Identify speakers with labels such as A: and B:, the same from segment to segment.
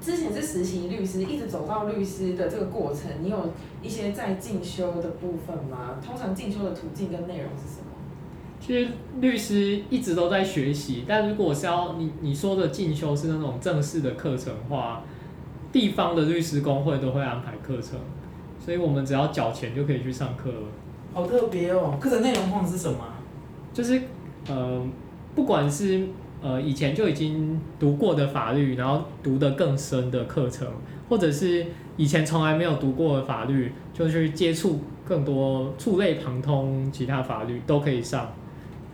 A: 实习律师一直走到律师的这个过程，你有一些在进修的部分吗？通常进修的途径跟内容是什么？
B: 其实律师一直都在学习，但如果是要你你说的进修是那种正式的课程的话，地方的律师工会都会安排课程，所以我们只要缴钱就可以去上课了。
C: 好特别哦。课程内容通常是什么啊？
B: 就是呃，不管是呃以前就已经读过的法律，然后读得更深的课程，或者是以前从来没有读过的法律，就去接触更多触类旁通其他法律都可以上。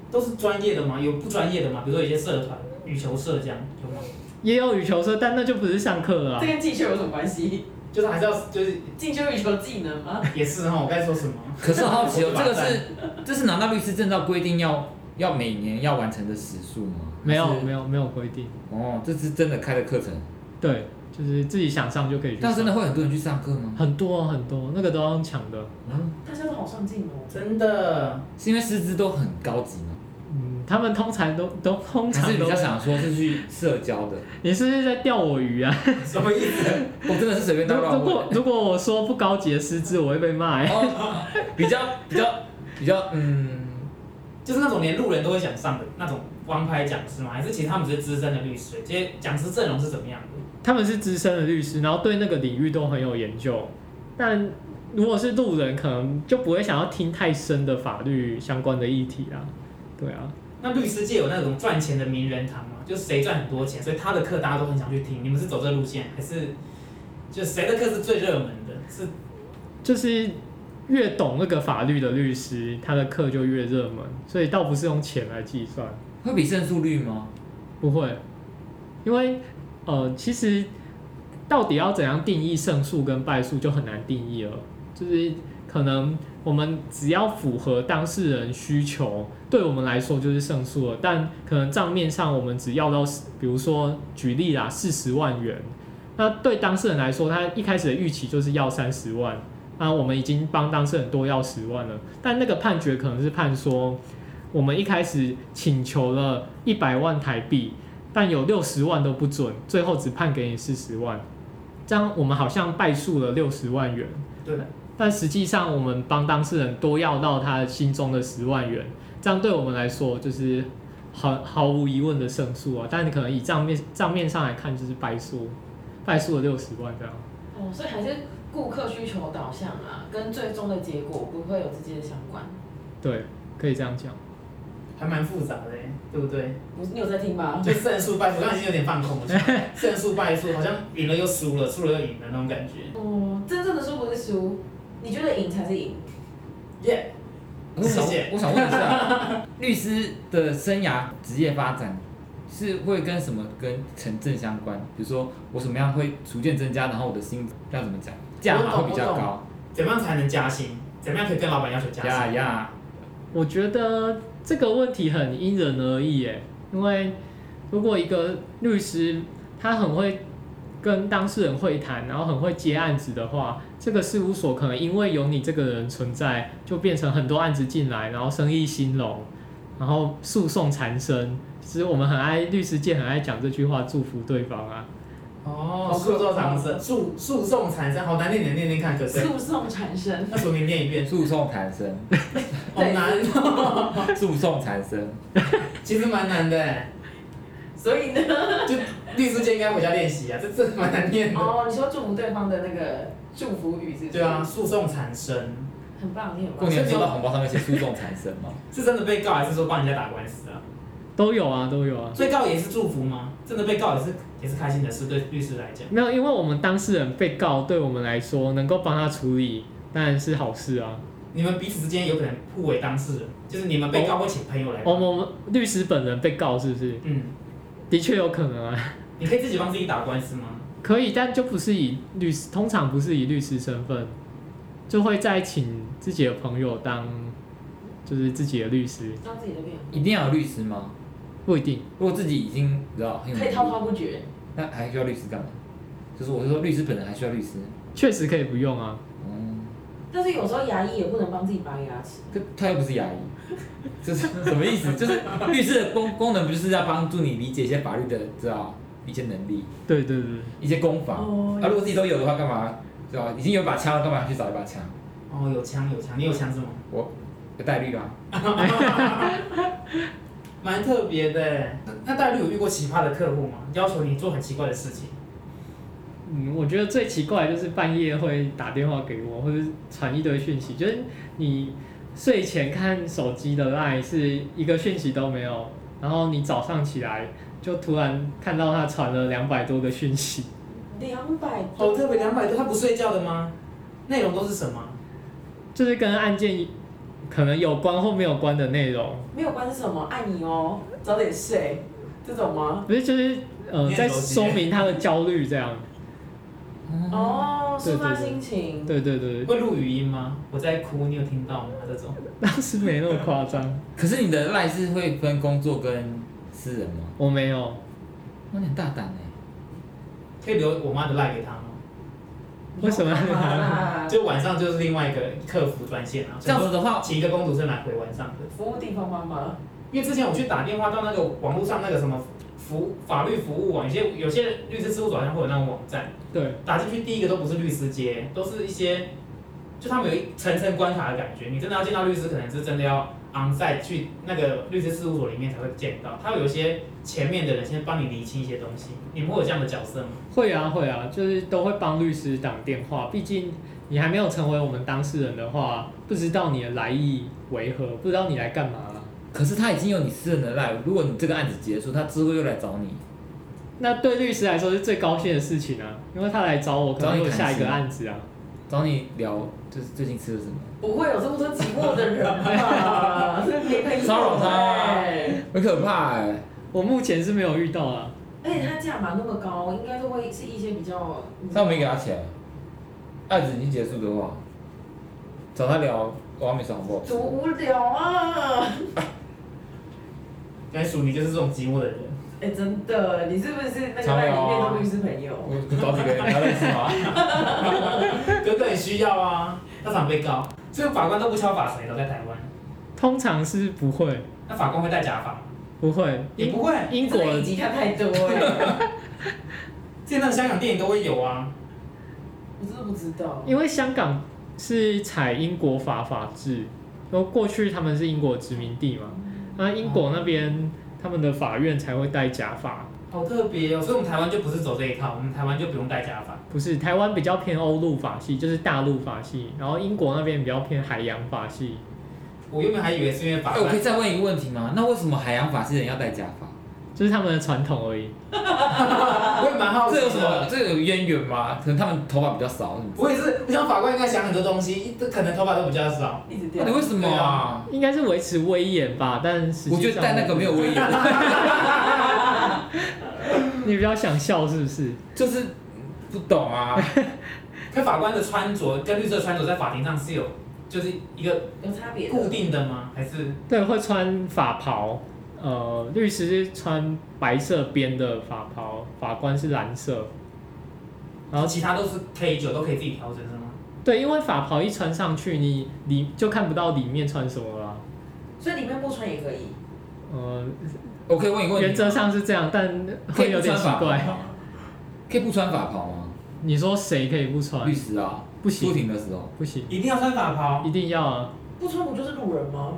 C: 都是专业的吗？有不专业的吗？比如说有些社团、羽球社这样有吗？
B: 也有羽球社，但那就不是上课了、啊
A: 这。跟进修有什么关系？
C: 就是还是要就是
A: 进修有求技能吗？
C: 也是哦哈，我该说什么？
D: 可是好奇哦，这个是这是拿到律师证照规定要要每年要完成的时数吗？
B: 没有
D: 还是
B: 没有没有规定，
D: 哦，这是真的开的课程，
B: 对，就是自己想上就可以去上。
D: 但真的会很多人去上课吗？
B: 很多很多，那个都要用抢的。
D: 嗯，
A: 大家都好上进哦。
C: 真的
D: 是因为师资都很高级吗？
B: 嗯，他们通常都都通
D: 还
B: 常
D: 是比
B: 都
D: 较，想说是去社交的？
B: 你是不是在钓我鱼啊？
C: 什么意思？
D: 我哦真的是随便
B: 如
D: 到乱
B: 如
D: 问
B: 果。如果我说不高级的师资，我会被骂、 欸。
D: 哦，比较比较比较，嗯，
C: 就是那种连路人都会想上的那种王牌讲师吗？还是其实他们只是资深的律师？这些讲师阵容是怎么样的？
B: 他们是资深的律师，然后对那个领域都很有研究，但如果是路人，可能就不会想要听太深的法律相关的议题啦。对啊，
C: 那律师界有那种赚钱的名人堂吗？就是谁赚很多钱，所以他的课大家都很想去听。你们是走这路线，还是就谁的课是最热门的？是
B: 就是越懂那个法律的律师，他的课就越热门，所以倒不是用钱来计算。
D: 会比胜诉率吗？
B: 不会，因为呃，其实到底要怎样定义胜诉跟败诉就很难定义了。就是可能我们只要符合当事人需求，对我们来说就是胜诉了。但可能账面上我们只要到，比如说举例啦，四十万元，那对当事人来说，他一开始的预期就是要三十万。那我们已经帮当事人多要十万了，但那个判决可能是判说，我们一开始请求了一百万台币，但有六十万都不准，最后只判给你四十万，这样我们好像败诉了六十万元，
C: 对的，
B: 但实际上我们帮当事人多要到他心中的十万元，这样对我们来说就是毫毫无疑问的胜诉啊。但你可能以账面账面上来看就是败诉，败诉了六十万这样。
A: 哦，所以还是顾客需求导向啊，跟最终的结果不会有直接的相关。
B: 对，可以这样讲。
C: 还蛮复杂的欸，对不对？
A: 不是你有在听吗？
C: 就胜诉败诉，刚才已经有点放空了，胜诉败诉，好像赢了又输了，输了又赢了那种感觉。
A: 哦，真正的输不是输，你觉得赢才是赢。
C: 耶、
D: 我想
C: 谢谢
D: 我想问一下，律师的生涯职业发展是会跟什么跟城镇相关？比如说我怎么样会逐渐增加，然后我的薪要怎么讲，价码会比较高？
C: 怎么样才能加薪？怎么样可以跟老板要求加
D: 呀
C: 薪？
D: 呀，
B: 我觉得这个问题很因人而异诶，因为如果一个律师他很会跟当事人会谈，然后很会接案子的话，这个事务所可能因为有你这个人存在，就变成很多案子进来，然后生意兴隆，然后诉讼缠身。其实我们很爱律师界很爱讲这句话，祝福对方啊。
C: 哦，诉讼缠身，诉诉讼缠身，好难念，你念念看，可是
A: 诉讼缠身，
C: 那重新念一遍，
D: 诉讼 缠身，
C: 好难哦，
D: 诉讼缠身，
C: 其实蛮难的欸，
A: 所 以呢，
C: 就 律师界应该回家练习啊，这这蛮难念的。
A: 哦，你说祝福对方的那个祝福语是不是？
C: 对啊，，诉讼缠身
A: 很棒，你很棒
D: 过。年收到红包上面写诉讼缠身吗？
C: 是真的被告，还是说帮人家打官司啊？
B: 都有啊，都有啊。
C: 被告也是祝福吗？真的被告也是也是开心的事，对律师来讲。
B: 没有，因为我们当事人被告，对我们来说能够帮他处理，当然是好事啊。
C: 你们彼此之间有可能互为当事人，就是你们被告会请朋友来。
B: 哦我们我们律师本人被告是不是？
C: 嗯，
B: 的确有可能啊，
C: 你可以自己帮自己打官司吗？
B: 可以，但就不是以律师，通常不是以律师身份，就会再请自己的朋友当，就是自己的律师，
A: 当自己的辩护，
D: 一定要有律师吗？
B: 不一定。
D: 如果自己已经你知道很有
A: 可以
D: 能力
A: 滔滔不绝。
D: 那还需要律师干嘛？就是我是说，律师本人还需要律师。
B: 确实可以不用啊，
D: 嗯，
A: 但是有时候牙医也不能帮自己拔牙齿。
D: 可他又不是牙医， 这是什么意思？就是律师的功功能不就是要帮助你理解一些法律的，知道一些能力、
B: 对对对，
D: 一些功法。
A: 哦
D: 啊，如果自己都有的话，干嘛对吧？已经有一把枪了，干嘛去找一把枪？
C: 哦，有枪有枪，你有枪是吗？
D: 我有戴绿啊，
C: 蛮特别的。那那大绿有遇过奇葩的客户吗？要求你做很奇怪的事情？
B: 嗯，我觉得最奇怪的就是半夜会打电话给我，或者是传一堆讯息，就是你睡前看手机的 line 是一个讯息都没有，然后你早上起来就突然看到他传了两百多个讯息，
A: 两百
C: 好哦特别，两百多，他不睡觉的吗？内容都是什么？
B: 就是跟案件可能有关或没有关的内容，
A: 没有关系什么，爱你哦，早点睡，这种吗？
B: 不是就是呃
C: 念
B: 在
C: 手机
B: 说明他的焦虑这样。
A: 哦，
B: 对
A: 抒发
B: 对对
A: 心情。
B: 对对对，
C: 会录语音吗？我在哭，你有听到吗？这种
B: 当时没那么夸 张，
D: 可是你的赖是会分工作跟私人吗？
B: 我没有。
D: 哇，你很大胆哎、
C: 可以留我妈的赖给他吗？
B: 为什么要
A: 你干嘛 啦
C: 就晚上就是另外一个客服专线啊，
D: 这样子的话，
C: 请一个工读生来回晚上的。
A: 服务地方妈妈，
C: 因为之前我去打电话到那个网络上那个什么服法律服务网，有些有些律师事务所好像会有那种网站，
B: 对，
C: 打进去第一个都不是律师接，都是一些就他们有一层层关卡的感觉。你真的要见到律师，可能是真的要 on site 去那个律师事务所里面才会见到。他有一些前面的人先帮你厘清一些东西，你们会有这样的角色吗？
B: 会啊会啊，就是都会帮律师打电话，毕竟你还没有成为我们当事人的话，不知道你的来意为何，不知道你来干嘛、
D: 可是他已经有你私人的赖，如果你这个案子结束，他之后又来找你，
B: 那对律师来说是最高兴的事情啊，因为他来找我，可能有下一个案子啊。
D: 找你聊，就是最近吃了什么，
A: 不会有这么多寂寞的人吧？这没朋友
D: 骚扰他
A: 哎
D: 很可怕哎、
B: 我目前是没有遇到啊，
A: 而且他价码那么高，应该都会是一些比较。嗯
D: 那我没给他钱，案子已经结束的话，找他聊我美食好不好吃
A: 多？无聊啊！
C: 感觉属于就是这种寂寞的人。
A: 哎、真的，你是不是那个
D: 常
A: 赖
D: 聊
A: 里
D: 啊
A: 面都律师朋友？
D: 我找几个人聊认识吗？
C: 真的很需要啊，他常被告，所以法官都不敲法锤的，在台湾。
B: 通常是不会
C: 那法官会戴假发吗？
B: 不会
C: 也
B: 英
C: 不会，
B: 英国
A: 这个影集看太多哎、
C: 现在香港电影都会有啊。
A: 我真的不知道。
B: 因为香港是采英国法法制，然后过去他们是英国殖民地嘛，那英国那边他们的法院才会戴假发，
C: 好特别哦，所以我们台湾就不是走这一套，我们台湾就不用戴假发。
B: 不是台湾比较偏欧陆法系，就是大陆法系，然后英国那边比较偏海洋法系。
C: 我原本还以为是因为法
D: 哎、我可
C: 官
D: 以，再问一个问题吗？那为什么海洋法师人要戴假发？
B: 就是他们的传统而已，
C: 我也蛮好奇
D: 这有什么？
C: 的。
D: 这有渊源吗？可能他们头发比较少，什么？
C: 我也是，我想法官应该想很多东西，这可能头发都比较少。
A: 一直
D: 那
A: 掉
D: 你。为什么啊？
B: 应该是维持威严吧，但实际上
D: 我觉得戴那个没有，威严，啊
B: 你比较想笑是不是？
D: 就是不懂啊。
C: 可法官的穿着跟律师的穿着在法庭上是有，就是一个
A: 有差别
C: 固
A: 的。
C: 定的吗？还是
B: 对，会穿法袍，呃，律师是穿白色边的法袍，法官是蓝色。
C: 然后其他都是 K 九都可以自己调整是吗？
B: 对，因为法袍一穿上去，你里就看不到里面穿什么了啊。
A: 所以里面不穿也可以。
B: 呃，
D: 我可以问一个问题吗，
B: 原则上是这样，但
D: 可
B: 会
D: 以
B: 有
D: 不
B: 点
D: 穿
B: 奇
D: 法袍
B: 怪。
D: 吗？可以不穿法袍吗？
B: 你说谁可以不穿
D: 律？师啊，
B: 不行
D: 出庭的时候。
B: 不行，
C: 一定要穿法袍？
B: 一定要啊！
A: 不穿不就是路人吗？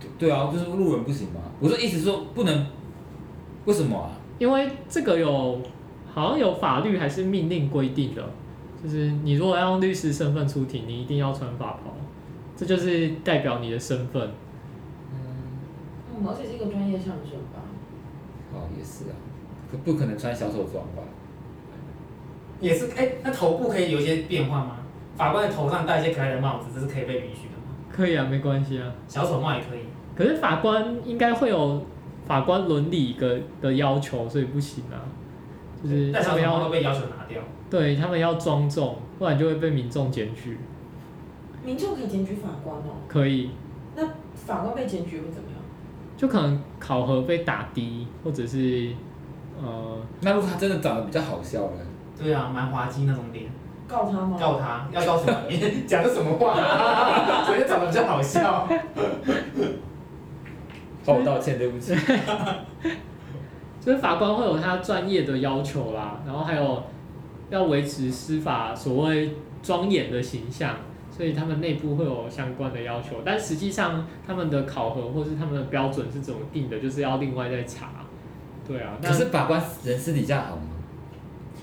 D: 对对啊，就是路人不行吗？我说意思说不能，为什么啊？
B: 因为这个有好像有法律还是命令规定的，就是你如果要用律师身份出庭，你一定要穿法袍，这就是代表你的身份。
A: 嗯，而且是一个专业象征吧。
D: 哦，也是啊，可不可能穿小手装吧？
C: 也是，哎、那头部可以有一些变化吗？法官的头上戴一些可爱的帽子，这是可以被允许的吗？
B: 可以啊，没关系啊。
C: 小丑帽也可以。
B: 可是法官应该会有法官伦理的的要求，所以不行啊。就是
C: 但
B: 他
C: 小
B: 们
C: 丑帽
B: 要
C: 会被要求拿掉。
B: 对他们要庄重，不然就会被民众检举。
A: 民众可以检举法官哦，
B: 可以，
A: 那法官被检举会怎么样？
B: 就可能考核被打低，或者是呃，
D: 那如果他真的长得比较好笑呢？
C: 对啊，蛮滑稽那种脸。
A: 告他
D: 哦
A: 吗？
C: 告他，要告什么？ 你讲的什么话？昨天长得比较好笑。
D: 哦，我道歉，对不起。
B: 就是法官会有他专业的要求啦，然后还有要维持司法所谓庄严的形象，所以他们内部会有相关的要求，但实际上他们的考核或是他们的标准是怎么定的，就是要另外再查。对啊，那
D: 可是法官人私底下好吗？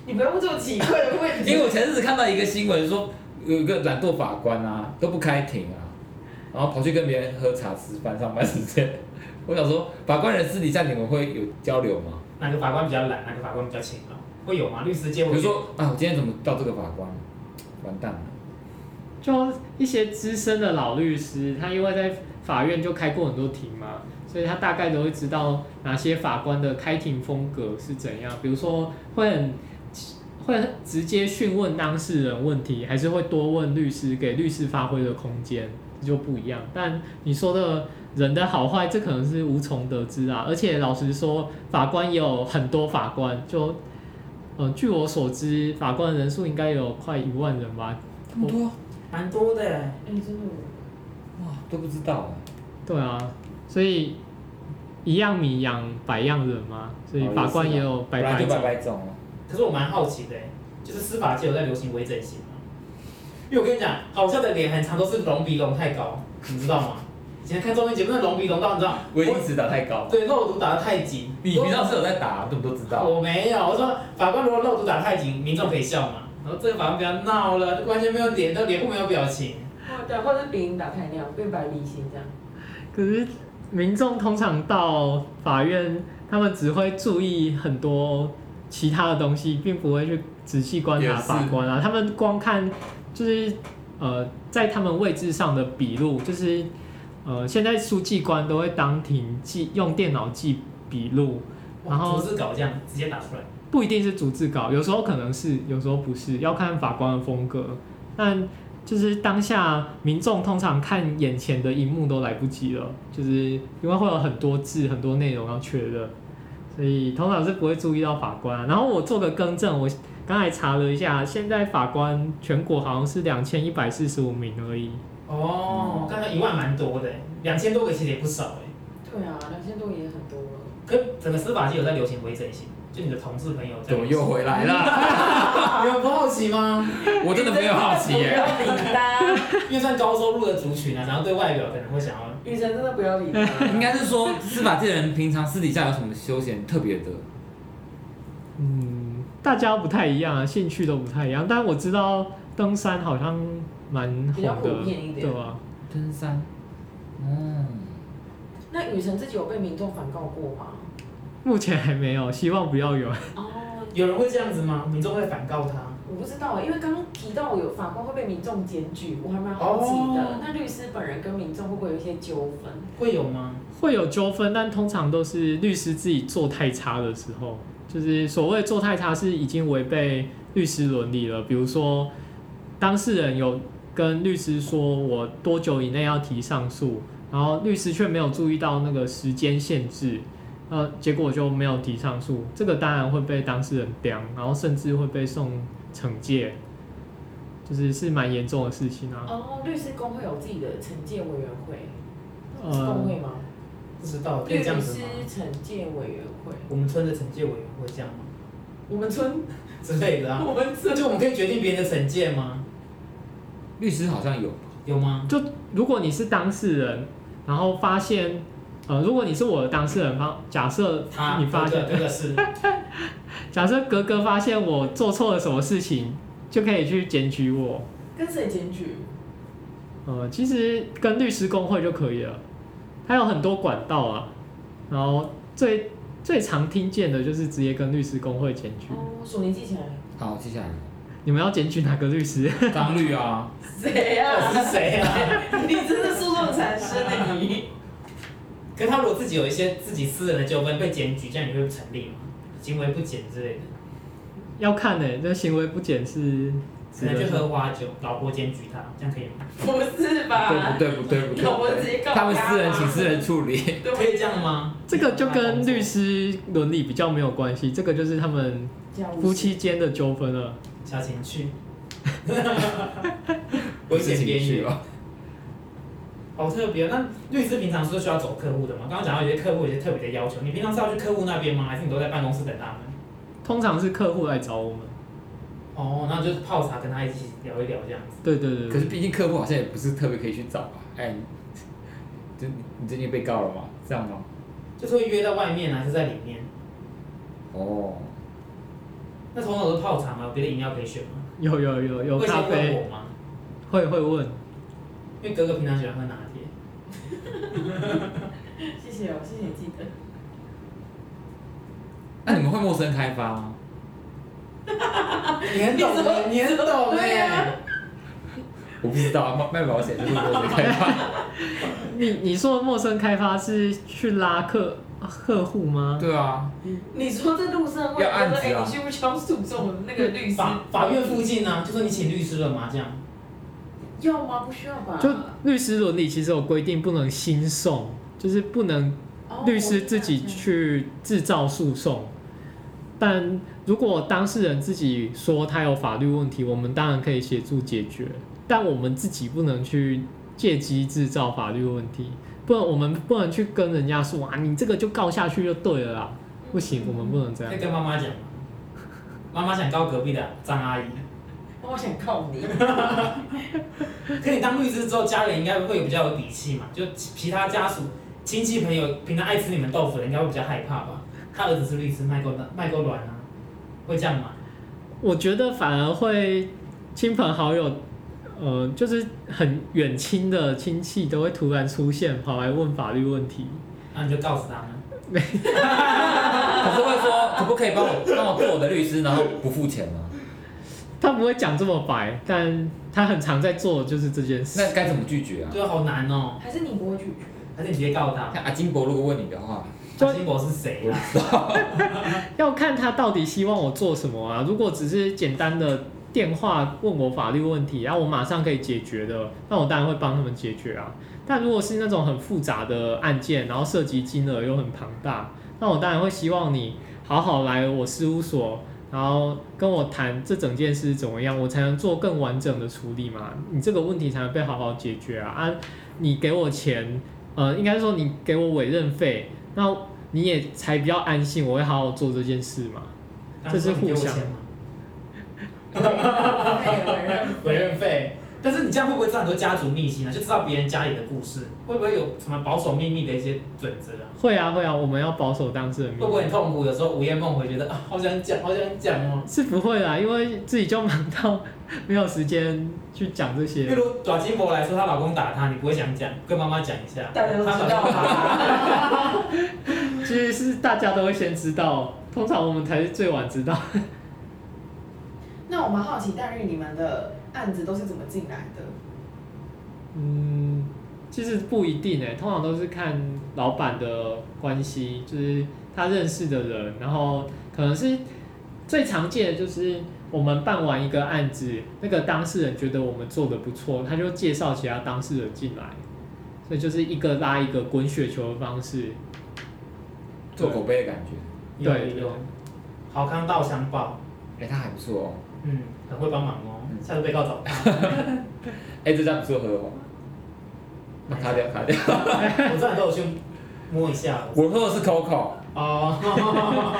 A: 你不要问这种 奇怪的哎问
D: 因为
A: 题。
D: 我前阵子看到一个新闻说，有一个懒惰法官啊，都不开庭啊，然后跑去跟别人喝茶吃饭，上班时间。 我想说，法官人私底下你们会有交流吗？
C: 哪个法官比较懒，哪个法官比较勤劳，会有吗？律师界
D: 比
C: 我
D: 如
C: 觉得
D: 说啊，我今天怎么到这个法官？完蛋了。
B: 就一些资深的老律师，他因为在法院就开过很多庭嘛，所以他大概都会知道哪些法官的开庭风格是怎样。比如说会很会很直接讯问当事人问题，还是会多问律师，给律师发挥的空间这就不一样。但你说的人的好坏，这可能是无从得知啊。而且老实说，法官也有很多法官，就呃，据我所知，法官人数应该有快一万人吧，
D: 这么多
C: 蛮多的。
A: 哎，真的，
D: 哇，都不知道啊。
B: 对啊，所以一样米养百样人嘛，所以
D: 哦
B: 法官也有百
D: 本来
B: 百
D: 就
B: 种
D: 白。白种哦。
C: 可是我蛮好奇的，就是司法界有在流行微整形吗？因为我跟你讲，好笑的脸很长都是隆鼻隆太高，你知道吗？以前看综艺节目，那隆鼻隆到你知道，
D: 我一定直打太高。
C: 对肉毒打得太紧，
D: 你平常是有在打，我怎么都知道？
C: 我没有，我说法官如果肉毒打得太紧，民众可以笑嘛。然后这个法官不要闹了，完全没有脸，都脸部没有表情。
A: 或对，啊或者鼻音打太亮，变白鼻心这样。
B: 可是民众通常到法院，他们只会注意很多其他的东西，并不会去仔细观察
D: 也是
B: 法官啊。他们光看就是呃，在他们位置上的笔录，就是呃，现在书记官都会当庭记，用电脑记笔录，然后
C: 哇，逐字稿这样直接打出来。
B: 不一定是逐字稿，有时候可能是，有时候不是，要看法官的风格。但就是当下民众通常看眼前的一幕都来不及了，就是因为会有很多字、很多内容要确认，所以通常是不会注意到法官。啊然后我做个更正，我刚才查了一下，现在法官全国好像是两千一百四十五名而已。
C: 哦，刚才一万蛮多的，两千多个其实也不少哎。
A: 对啊，两千多也很多了。
C: 可整个司法界有在流行微整形，就你的同志朋友在流
D: 怎么
C: 行。
D: 又 回来 了？
C: 你啊们不好奇吗？
D: 我真的没有好奇
A: 不
D: 耶。
A: 要理他，
C: 因为算高收入的族群啊，然后对外表可能会想要，
A: 雨辰真的不要理 他。
D: 应该是说司法界人平常私底下有什么休闲特别的？
B: 嗯，大家不太一样啊，兴趣都不太一样。但我知道登山好像蛮
A: 比
B: 红
A: 较
B: 的
A: 普遍一，点
B: 对啊吧？
D: 登山，嗯，
A: 那雨辰自己有被民众反告过吗？
B: 目前还没有，希望不要有。
A: 哦，
C: 有人会这样子吗？民众会反告他？
A: 我不知道欸，因为刚刚提到有法官会被民众检举，我还蛮好奇的。
C: 哦
A: 那律师本人跟民众会不会有一些纠纷？
C: 会有吗？
B: 会有纠纷，但通常都是律师自己做太差的时候，就是所谓做太差是已经违背律师伦理了。比如说，当事人有跟律师说我多久以内要提上诉，然后律师却没有注意到那个时间限制，呃，结果就没有提上诉，这个当然会被当事人刁，然后甚至会被送惩戒，就是是蛮严重的事情啊。
A: 哦，律师工会有自己的惩戒委员会，是工
B: 呃，
A: 会吗？
C: 不知道，可
A: 律
C: 以这
A: 师
C: 样子吗？
A: 惩戒委员会，
C: 我们村的惩戒委员会这样吗？
A: 我们村，
C: 之类的啊？
A: 我们村
C: 就我们可以决定别人的惩戒吗？
D: 律师好像有，
C: 有吗？
B: 就如果你是当事人，然后发现，呃，如果你是我的当事人，方假设
C: 他
B: 你发
C: 这
B: 现，
C: 个这个是
B: 假设格格发现我做错了什么事情，就可以去检举我。
A: 跟谁检举？
B: 呃，其实跟律师工会就可以了，它有很多管道啊。然后最最常听见的就是直接跟律师工会检举。
A: 哦，鼠年记起来，
D: 好，接下来
B: 你们要检举哪个律师？
D: 张律啊，
A: 谁
C: 我
A: 呀、
C: 是谁啊？
A: 你真是诉讼缠身的你。
C: 可是他如果自己有一些自己私人的纠纷被检举，这样你会成立吗？行为不检之类的，
B: 要看呢、这行为不检是指
C: 只能
B: 的
C: 去
B: 是。
C: 喝花酒，老婆检举他，这样可以吗？
A: 不是吧？
D: 对不对？不对不对
A: 有我
D: 不
A: 直接
D: 对，
A: 告
D: 他们
A: 他
D: 私人
A: 吗
D: 请私人处理。，
A: 对啊
C: 可以这样吗？
B: 这个就跟律师伦理比较没有关系，这个就是他们夫妻间的纠纷啊了。
C: 小情 趣危险边
D: 去
C: 缘。
D: 哦。
C: 好特别。那律师平常是需要走客户的吗？刚刚讲到有些客户有些特别的要求，你平常是要去客户那边吗？还是你都在办公室等他们？
B: 通常是客户来找我们。
C: 哦，那就是泡茶跟他一起聊一聊这样子。
B: 对对对
D: 可
B: 对
D: 是，毕竟客户好像也不是特别可以去找吧？哎，就你最近被告了吗？这样吗？
C: 就是会约到外面啊还是在里面？
D: 哦，
C: 那通常都是泡茶吗？有别的饮料可以选吗？
B: 有有有有
C: 会
B: 咖
C: 先问
B: 啡，
C: 我吗？
B: 会会问。
C: 因为哥哥平常喜欢喝拿铁。
A: 谢谢哦，谢谢你记得。
D: 那你们会陌生开发吗？
C: 你很懂
A: 你怎么
C: 欸，你很懂
A: 对啊
C: 哎。
D: 我不知道啊， 卖卖保险就是陌生开发。
B: 你你说的陌生开发是去拉客客户吗？
D: 对啊，
A: 你说在路上会
D: 要
A: 觉
D: 案
A: 得，
D: 子
A: 哎、
D: 啊
A: 你去不去要诉讼那个律师？
C: 法法院附近呢、就说你请律师了嘛，这样。
A: 要吗？不需要
C: 啊
A: 吧。
B: 就律师伦理其实有规定，不能新送，就是不能
A: 哦
B: 律师自己。去制造诉讼。但如果当事人自己说他有法律问题，我们当然可以协助解决，但我们自己不能去借机制造法律问题，不然我们不能去跟人家说啊，你这个就告下去就对了啦，不
A: 嗯
B: 行，我们不能这样
C: 再。跟妈妈讲，妈妈想告隔壁的张阿姨。
A: 我想告你。
C: 可你当律师之后，家人应该会比较有底气嘛？就其他家属、亲戚朋友，平常爱吃你们豆腐的，应该会比较害怕吧？他儿子是律师，卖过卖过卵啊，会这样吗？
B: 我觉得反而会亲朋好友，呃，就是很远亲的亲戚都会突然出现，跑来问法律问题。
C: 那你就告诉他们。
D: 可是会说可不可以帮我帮我做我的律师，然后不付钱吗？
B: 他不会讲这么白，但他很常在做的就是这件
D: 那
B: 事。
D: 该怎么拒绝啊？
C: 对啊，好难哦、
A: 还是你不会 拒绝？
C: 还是你直接告他？
D: 看阿金伯如果问你的话，
B: 就
C: 阿金伯是谁啊啦？
B: 要看他到底希望我做什么啊。如果只是简单的电话问我法律问题，然、后我马上可以解决的，那我当然会帮他们解决啊。但如果是那种很复杂的案件，然后涉及金额又很庞大，那我当然会希望你好好来我事务所，然后跟我谈这整件事怎么样，我才能做更完整的处理嘛。你这个问题才能被好好解决啊。啊，你给我钱，呃，应该说你给我委任费，那你也才比较安心，我会好好做这件事嘛。这是互相
C: 当初你给我钱吗
A: 对有人
C: 委任费。但是你这样会不会知道很多家族秘辛呢？啊就知道别人家里的故事，会不会有什么保守秘密的一些准则啊？
B: 会啊会啊，我们要保守当事人
C: 会
B: 秘
C: 不会很
B: 密。
C: 痛苦？有时候午夜梦回，觉得啊，好想讲，好想讲哦。
B: 是不会啦，因为自己就忙到没有时间去讲这
C: 例
B: 些。
C: 如短金伯来说，她老公打她，你不会想讲，跟妈妈讲一下。
A: 大家都知道啊
C: 她老公打她
B: 其实是大家都会先知道，通常我们才是最晚知道。
A: 那我蛮好奇，大日你们的案子都是怎么进来的？
B: 嗯，其实不一定诶，通常都是看老板的关系，就是他认识的人，然后可能是最常见的就是我们办完一个案子，那个当事人觉得我们做的不错，他就介绍其他当事人进来，所以就是一个拉一个滚雪球的方式。
D: 做口碑的感觉，
C: 有
B: 对
C: 有，好康道相报，
D: 哎，他还不错哦，
C: 嗯，很会帮忙哦。
D: 嗯
C: 下次被告找他，
D: 哎，这家不错喝哦，那卡掉卡掉，
C: 我知道你都有去摸一下。
D: 我喝的是 Coco，
C: 哦，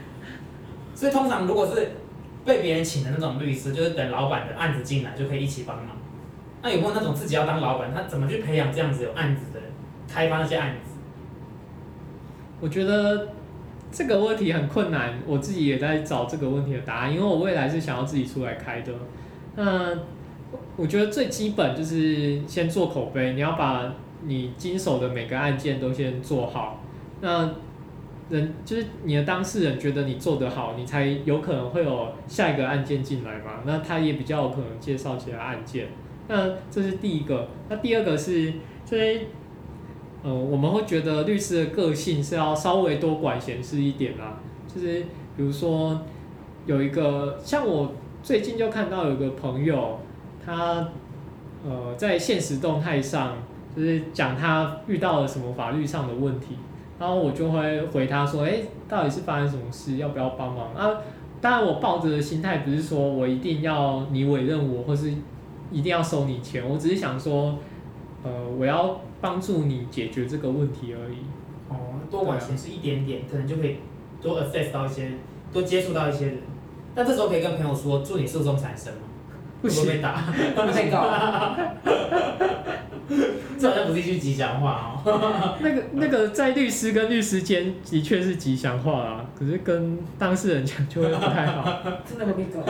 C: 所以通常如果是被别人请的那种律师，就是等老板的案子进来就可以一起帮忙。那有没有那种自己要当老板，他怎么去培养这样子有案子的人，开发那些案子？
B: 我觉得这个问题很困难，我自己也在找这个问题的答案，因为我未来是想要自己出来开的。那我觉得最基本就是先做口碑，你要把你经手的每个案件都先做好。那人就是你的当事人觉得你做得好，你才有可能会有下一个案件进来嘛。那他也比较有可能介绍其他案件。那这是第一个。那第二个是就是呃，我们会觉得律师的个性是要稍微多管闲事一点啦、就是比如说有一个像我最近就看到有个朋友，他呃在现实动态上就是讲他遇到了什么法律上的问题，然后我就会回他说，哎、到底是发生什么事，要不要帮忙啊？当然，我抱着的心态不是说我一定要你委任我，或是一定要收你钱，我只是想说，呃，我要帮助你解决这个问题而已。
C: 哦，多管闲事一点点，可能就可以多 access 到一些，多接触到一些人。但这时候可以跟朋友说，祝你诉讼产生吗？
B: 不
C: 会
B: 行，
C: 被打，
A: 太高了，
C: 这好像不是一句吉祥话哦。
B: 啊那个那个在律师跟律师间的确是吉祥话啦，可是跟当事人讲就会不太好。
A: 真的会被告。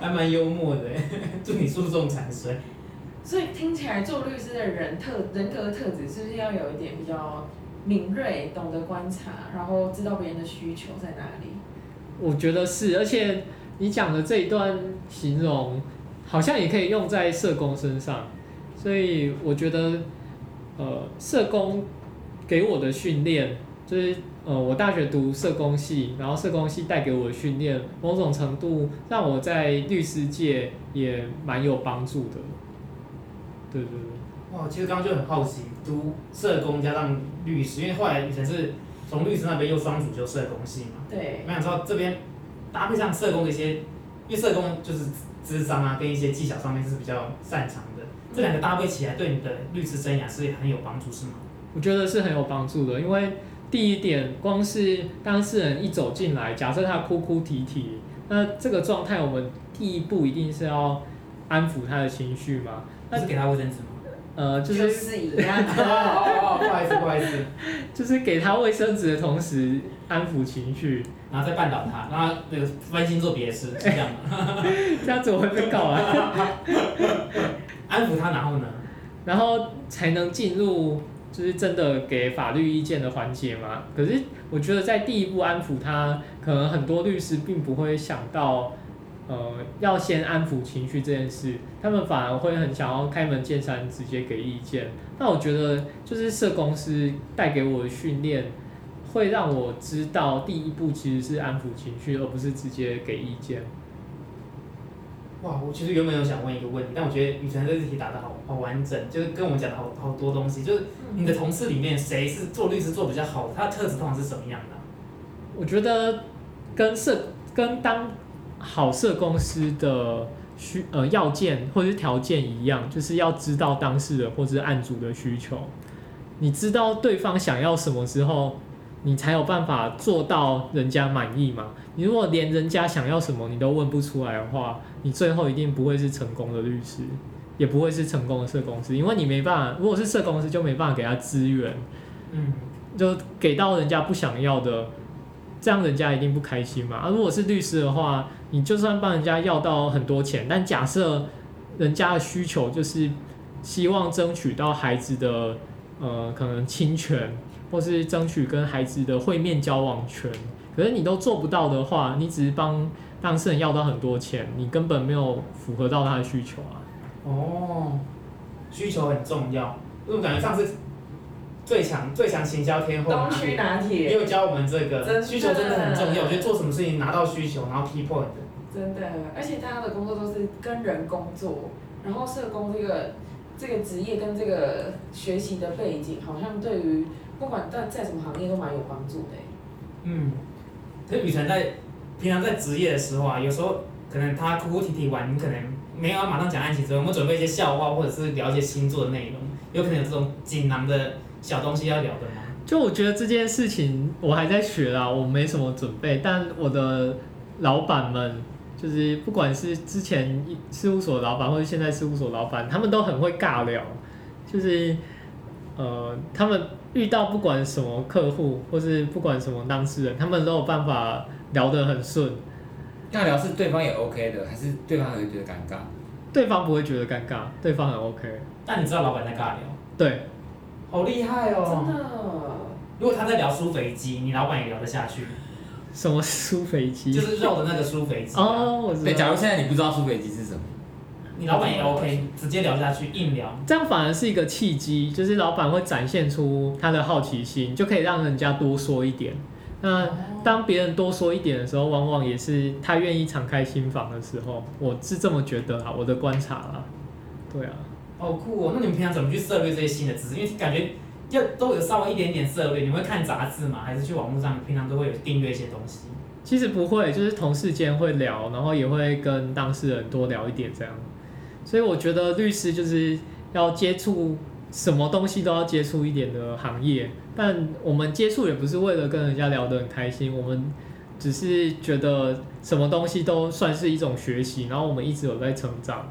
C: 还蛮幽默的耶， 祝你诉讼产生。
A: 所以听起来做律师的人特人格特质是不是要有一点比较敏锐，懂得观察，然后知道别人的需求在哪里？
B: 我觉得是，而且你讲的这一段形容，好像也可以用在社工身上，所以我觉得，呃，社工给我的训练，就是呃，我大学读社工系，然后社工系带给我的训练，某种程度让我在律师界也蛮有帮助的。对对对。
C: 哇，哦其实刚刚就很好奇，读社工加上律师，因为后来以前是从律师那边又双主修社工系嘛，
A: 对，
C: 没想到这边搭配上社工的一些，因为社工就是智商啊跟一些技巧上面是比较擅长的，这两个搭配起来对你的律师生涯是很有帮助，是吗？
B: 我觉得是很有帮助的，因为第一点，光是当事人一走进来，假设他哭哭啼啼，那这个状态，我们第一步一定是要安抚他的情绪嘛。
C: 那是给他卫生纸吗？
B: 呃，就
A: 就是是一 样
C: 哦
A: 的。
C: 哦哦，不好意思，不好意思，
B: 就是给他卫生纸的同时安抚情绪，
C: 然后再绊倒他，让他那个分心做别的事，是这样吗？
B: 这样子我会被告啊，
C: 安抚他，然后呢？
B: 然后才能进入就是真的给法律意见的环节嘛。可是我觉得在第一步安抚他，可能很多律师并不会想到，呃，要先安抚情绪这件事，他们反而会很想要开门见山，直接给意见。那我觉得就是社公司带给我的训练，会让我知道第一步其实是安抚情绪，而不是直接给意见。
C: 哇，我其实原本有想问一个问题，但我觉得雨辰这题答的好好完整，就是跟我们讲的好好多东西。
A: 嗯
C: 就是你的同事里面谁是做律师做比较好的，他的特质通常是什么样的啊、
B: 我觉得跟社跟当好社公司的需呃要件或者是条件一样，就是要知道当事人或者是案主的需求。你知道对方想要什么之后，你才有办法做到人家满意嘛。你如果连人家想要什么你都问不出来的话，你最后一定不会是成功的律师，也不会是成功的社公司，因为你没办法，如果是社公司就没办法给他资源，
C: 嗯，
B: 就给到人家不想要的，这样人家一定不开心嘛。啊，如果是律师的话，你就算帮人家要到很多钱，但假设人家的需求就是希望争取到孩子的呃可能侵权，或是争取跟孩子的会面交往权，可是你都做不到的话，你只是帮当事人要到很多钱，你根本没有符合到他的需求啊。
C: 哦，需求很重要，因为我感觉上次最强最强行销天后
A: 东区拿
C: 也
A: 铁，
C: 有教我们这
A: 真的
C: 个需求真的很重要。我觉得做什么事情拿到需求，然后 key point，
A: 真的，而且大家的工作都是跟人工作，然后社工这个这个职业跟这个学习的背景，好像对于不管在在什么行业都蛮有帮助的欸。
C: 嗯，可是雨辰在平常在职业的时候啊，有时候可能他哭哭啼啼完，你可能没有要马上讲案情之后，我们准备一些笑话或者是聊一些星座的内容，有可能有这种锦囊的小东西要聊的吗？
B: 就我觉得这件事情我还在学啦，我没什么准备，但我的老板们，就是不管是之前事务所老板或者现在事务所老板，他们都很会尬聊，就是呃，他们遇到不管什么客户或是不管什么当事人，他们都有办法聊得很顺，
D: 尬聊是对方也 OK 的，还是对方也会觉得尴尬？
B: 对方不会觉得尴尬，对方很 OK，
C: 但你知道老板在尬聊，
B: 对，
C: 好厉害
A: 真
C: 哦！
A: 的。
C: 如果他在聊苏肥鸡，你老板也聊得下去，
B: 什么苏肥
C: 就
B: 鸡？
C: 是肉的那个苏肥鸡、啊，
B: 哦，我知
D: 对，哎假
B: 道
D: 如。现在你不知道苏北鸡是什么，
C: 你老板也 OK，直接聊下去，硬聊。
B: 这样反而是一个契机，就是老板会展现出他的好奇心，就可以让人家多说一点。那当别人多说一点的时候，往往也是他愿意敞开心房的时候。我是这么觉得啊，我的观察啦。对啊，
C: 好酷哦！那你们平常怎么去涉猎这些新的知识？因为感觉要都有稍微一点点涉猎，你们会看杂志吗？还是去网络上平常都会有订阅一些东 西？
B: 其实不会，就是同事间会聊，然后也会跟当事人多聊一点这样。所以我觉得律师就是要接触什么东西都要接触一点的行业，但我们接触也不是为了跟人家聊得很开心，我们只是觉得什么东西都算是一种学习，然后我们一直有在成长，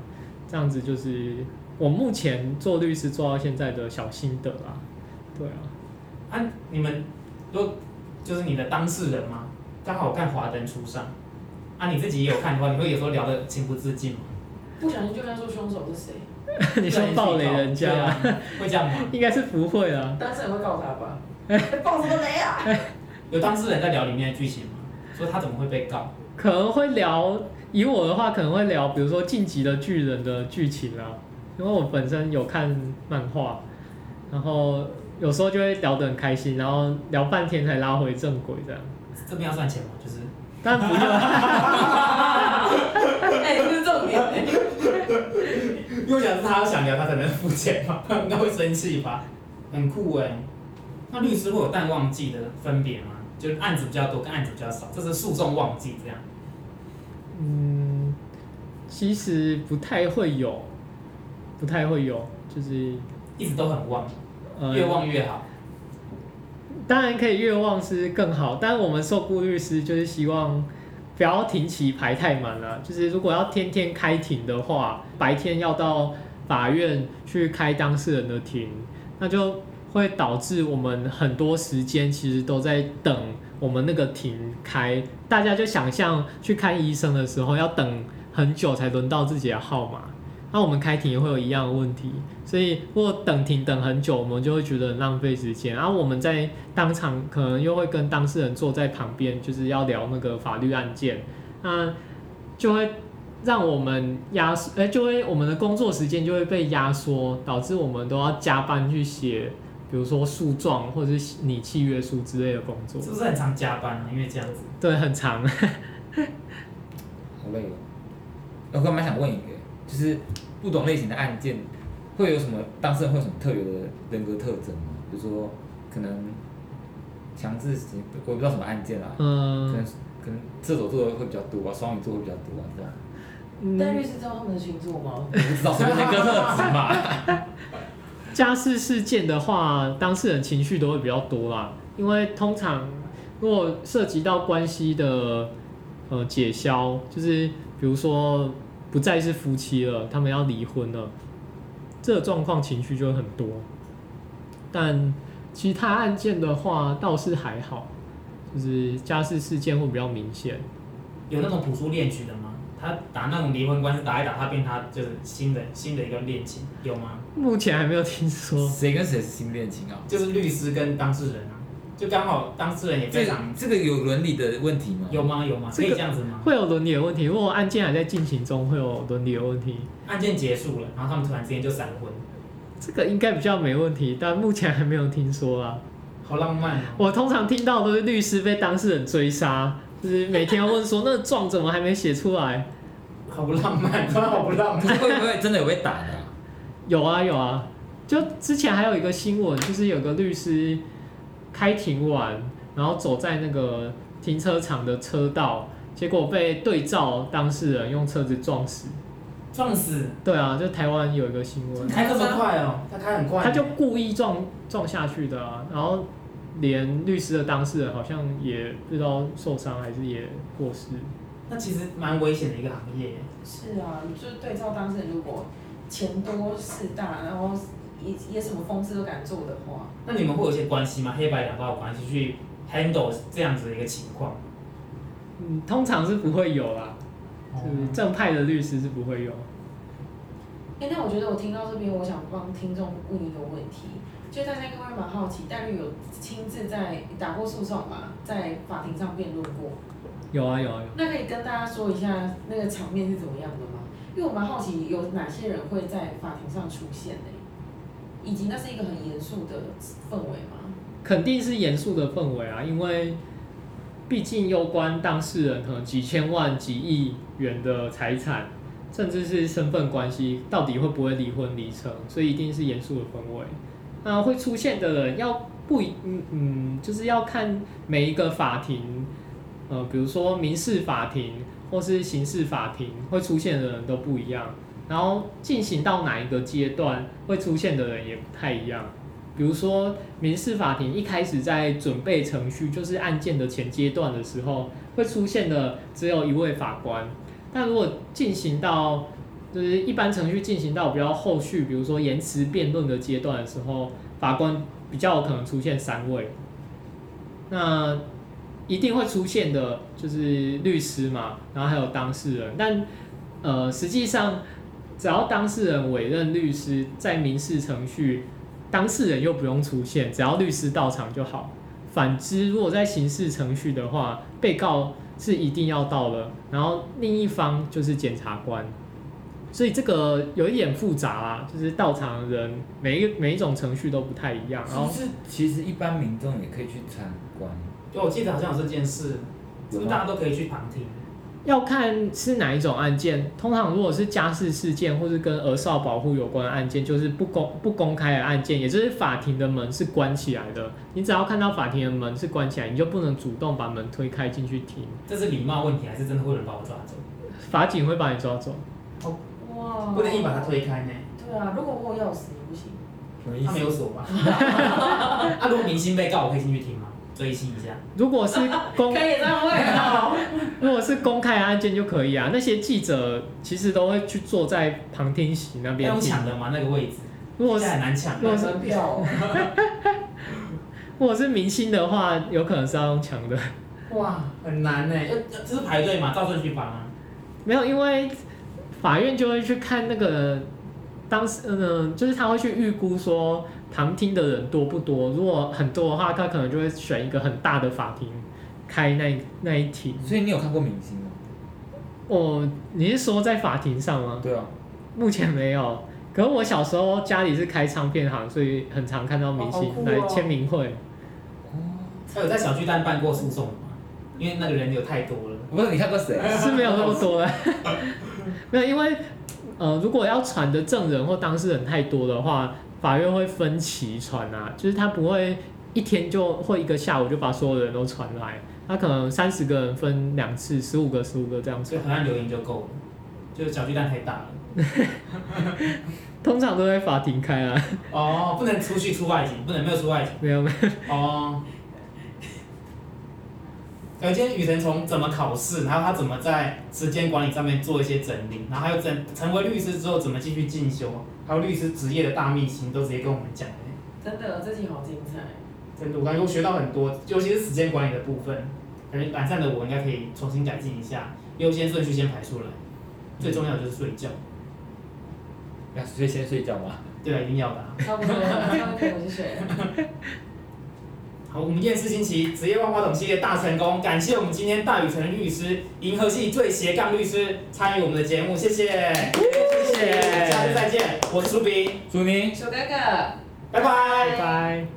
B: 这样子就是我目前做律师做到现在的小心得啦。对啊，
C: 啊，你们都就是你的当事人吗？刚好我看《华灯初上》，啊，你自己也有看的话，你会有时候聊得情不自禁吗？
A: 不小心就跟他说凶手是谁，
B: 你说暴雷人
C: 对
B: 家，
C: 啊，会这样吗？
B: 应该是不会啦。
A: 当事人会告他吧？告哎什么雷啊？
C: 有当事人在聊里面的剧情吗？说他怎么会被告？
B: 可能会聊，以我的话可能会聊，比如说《晋级的巨人》的剧情啦，因为我本身有看漫画，然后有时候就会聊得很开心，然后聊半天才拉回正轨这样。
C: 这边要算钱吗？就是
B: 但不用，
A: 哎，这是重点哎。
C: 因为我想是他要想聊，他才能付钱嘛， 不然他会生气吧？很酷哎、那律师会有淡旺季的分别吗？就是案子比较多跟案子比较少，这是诉讼旺季这样。
B: 嗯，其实不太会有，不太会有，就是
C: 一直都很旺，
B: 呃，
C: 越旺越好。
B: 当然可以越旺是更好，但我们受雇律师就是希望不要庭期排太满了、就是如果要天天开庭的话，白天要到法院去开当事人的庭，那就会导致我们很多时间其实都在等我们那个庭开。大家就想象去看医生的时候要等很久才轮到自己的号码，那我们开庭也会有一样的问题，所以如果等庭等很久，我们就会觉得很浪费时间。然、啊后我们在当场可能又会跟当事人坐在旁边，就是要聊那个法律案件，那就会让我们压缩，哎、就会我们的工作时间就会被压缩，导致我们都要加班去写，比如说诉状或者是拟契约书之类的工作
C: 是，不是很常加班啊？因为这样子，
B: 对，很长。
D: 好累哦。我刚蛮想问一个，就是不同类型的案件会有什么当事人会有什么特有的人格特征吗？比如说可能强制行，我也不知道什么案件啊，可能
B: 嗯，
D: 可能射手座会比较多啊，双鱼座会比较多啊，这样
A: 但
B: 嗯
A: 律师知道他们的星座吗？
D: 我不知道什么人格特质嘛。
B: 家事事件的话，当事人情绪都会比较多啦，因为通常如果涉及到关系的呃解消，就是比如说不再是夫妻了，他们要离婚了，这个状况情绪就会很多。但其他案件的话倒是还好，就是家事事件会比较明显。
C: 有那种朴素恋曲的吗？他打那种离婚官司打一打，他变他就是新的新的一个恋情，有吗？
B: 目前还没有听说，
D: 谁跟谁是新恋情啊？
C: 就是律师跟当事人啊，就刚好当事人也
D: 这
C: 非
D: 个
C: 常
D: 这个有伦理的问题吗？
C: 有吗？有吗？可
B: 这
C: 以
B: 个
C: 这样子吗？
B: 会有伦理的问题。如果案件还在进行中，会有伦理的问题。
C: 案件结束了，然后他们突然之间就闪婚，
B: 这个应该比较没问题，但目前还没有听说啊。
C: 好浪漫哦！
B: 我通常听到都是律师被当事人追杀，就是每天要问说那状怎么还没写出来？
C: 好不浪漫，突然好不浪
D: 可
C: 漫。
D: 是会不会真的有被打的、啊？
B: 有啊有啊，就之前还有一个新闻，就是有个律师开庭完，然后走在那个停车场的车道，结果被对照当事人用车子撞死。
C: 撞死，
B: 对啊，就台湾有一个新闻，
C: 开这么快哦，他开很快，
B: 他就故意撞撞下去的、啊，然后连律师的当事人好像也不知道受伤还是也过世。
C: 那其实蛮危险的一个行业耶。
A: 是啊，就是对照当事人，如果钱多势大，然后也也什么风事都敢做的话，
C: 那你们会有一些关系吗？黑白两道的关系去 handle 这样子的一个情况？
B: 嗯，通常是不会有啦，
C: 哦
B: 就是正派的律师是不会有。
A: 哎、那我觉得我听到这边，我想帮听众问一个问题，就是大家应该会蛮好奇，戴律有亲自在打过诉讼嘛，在法庭上辩论过，
B: 有啊有啊有
A: 那可以跟大家说一下那个场面是怎么样的吗？因为我蛮好奇有哪些人会在法庭上出现呢、以及那是一个很严肃的氛围吗？
B: 肯定是严肃的氛围啊，因为毕竟攸关当事人可能几千万、几亿元的财产，甚至是身份关系，到底会不会离婚离成，所以一定是严肃的氛围。那会出现的人要不一嗯嗯，就是要看每一个法庭，呃，比如说民事法庭或是刑事法庭会出现的人都不一样。然后进行到哪一个阶段会出现的人也不太一样。比如说民事法庭一开始在准备程序，就是案件的前阶段的时候，会出现的只有一位法官。但如果进行到就是一般程序进行到比较后续，比如说延迟辩论的阶段的时候，法官比较有可能出现三位。那一定会出现的就是律师嘛，然后还有当事人。但呃，实际上只要当事人委任律师，在民事程序，当事人又不用出现，只要律师到场就好。反之，如果在刑事程序的话，被告是一定要到了，然后另一方就是检察官。所以这个有一点复杂啦，就是到场的人每一个每一种程序都不太一样，然后
D: 是不是其实一般民众也可以去参观？
C: 对，我记得好像有这件事，是不是大家都可以去旁听？
B: 要看是哪一种案件。通常如果是家事事件或是跟儿少保护有关的案件，就是不公不公开的案件，也就是法庭的门是关起来的。你只要看到法庭的门是关起来，你就不能主动把门推开进去听，
C: 这是礼貌问题，还是真的会有人把我抓走？
B: 法警会把你抓走。
A: 哇，
C: 不能硬把它。推开呢，
A: 对啊，如果我有钥匙也不 行。
D: 什么意
C: 他没有
D: 思？
C: 锁吧？啊，如果明星被告，我可以进去听吗？追星一下，
B: 如果是公
A: 开演唱会 啊！
B: 如果是公开的案件就可以啊，那些记者其实都会去坐在旁听席那
C: 要
B: 边
C: 用
B: 听。
C: 抢的吗？那个位置，
B: 如果
C: 现
B: 是
C: 在很难抢。
A: 买门票哦，
B: 如果是明星的话，有可能是要用抢的。
C: 哇，很难欸呢。要要哎这是排队嘛，照顺序排吗？
B: 没有，因为法院就会去看那个当时，嗯、就是他会去预估说旁听的人多不多。如果很多的话，他可能就会选一个很大的法庭开那那一庭。
D: 所以你有看过明星吗？
B: 哦，你是说在法庭上吗？
D: 对啊，
B: 目前没有。可是我小时候家里是开唱片行，所以很常看到明
C: 哦好
B: 星
C: 酷哦
B: 来签名会。
C: 他有在小巨蛋办过诉讼吗？因为那个人有太多了。
D: 我不知道你看过谁？
B: 是没有那么多了，没有，因为呃，如果要传的证人或当事人太多的话，法院会分期传啊，就是他不会一天就或一个下午就把所有人都传来，他可能三十个人分两次，十五个、十五个这样
C: 所
B: 传
C: 以，好像留言就够了，就是小巨蛋太大了。
B: 通常都在法庭开啊，
C: 哦，不能出去出外景，不能没有出外景。
B: 没有没有，
C: 哦。感哎觉今天雨神从怎么考试，然后他怎么在时间管理上面做一些整理，然后还有整成为律师之后怎么继续进修，还有律师职业的大秘辛，都直接跟我们讲了。
A: 真的，这集好精彩。
C: 真的，我感觉我学到很多，尤其是时间管理的部分，感觉懒散的我应该可以重新改进一下，优先顺序先排出来。最重要的就是睡觉，
D: 要睡先睡觉吗？
C: 对啊，一定要的啊、
A: 差不多了，差不多我去睡了。
C: 好，我们厌世星期职业万花筒系列大成功，感谢我们今天大禹城律师、银河系最斜杠律师参与我们的节目，谢谢，谢
D: 谢
C: 下次再见，我是苏比，
D: 朱妮。
A: 小哥哥。
C: 拜拜
B: 拜拜。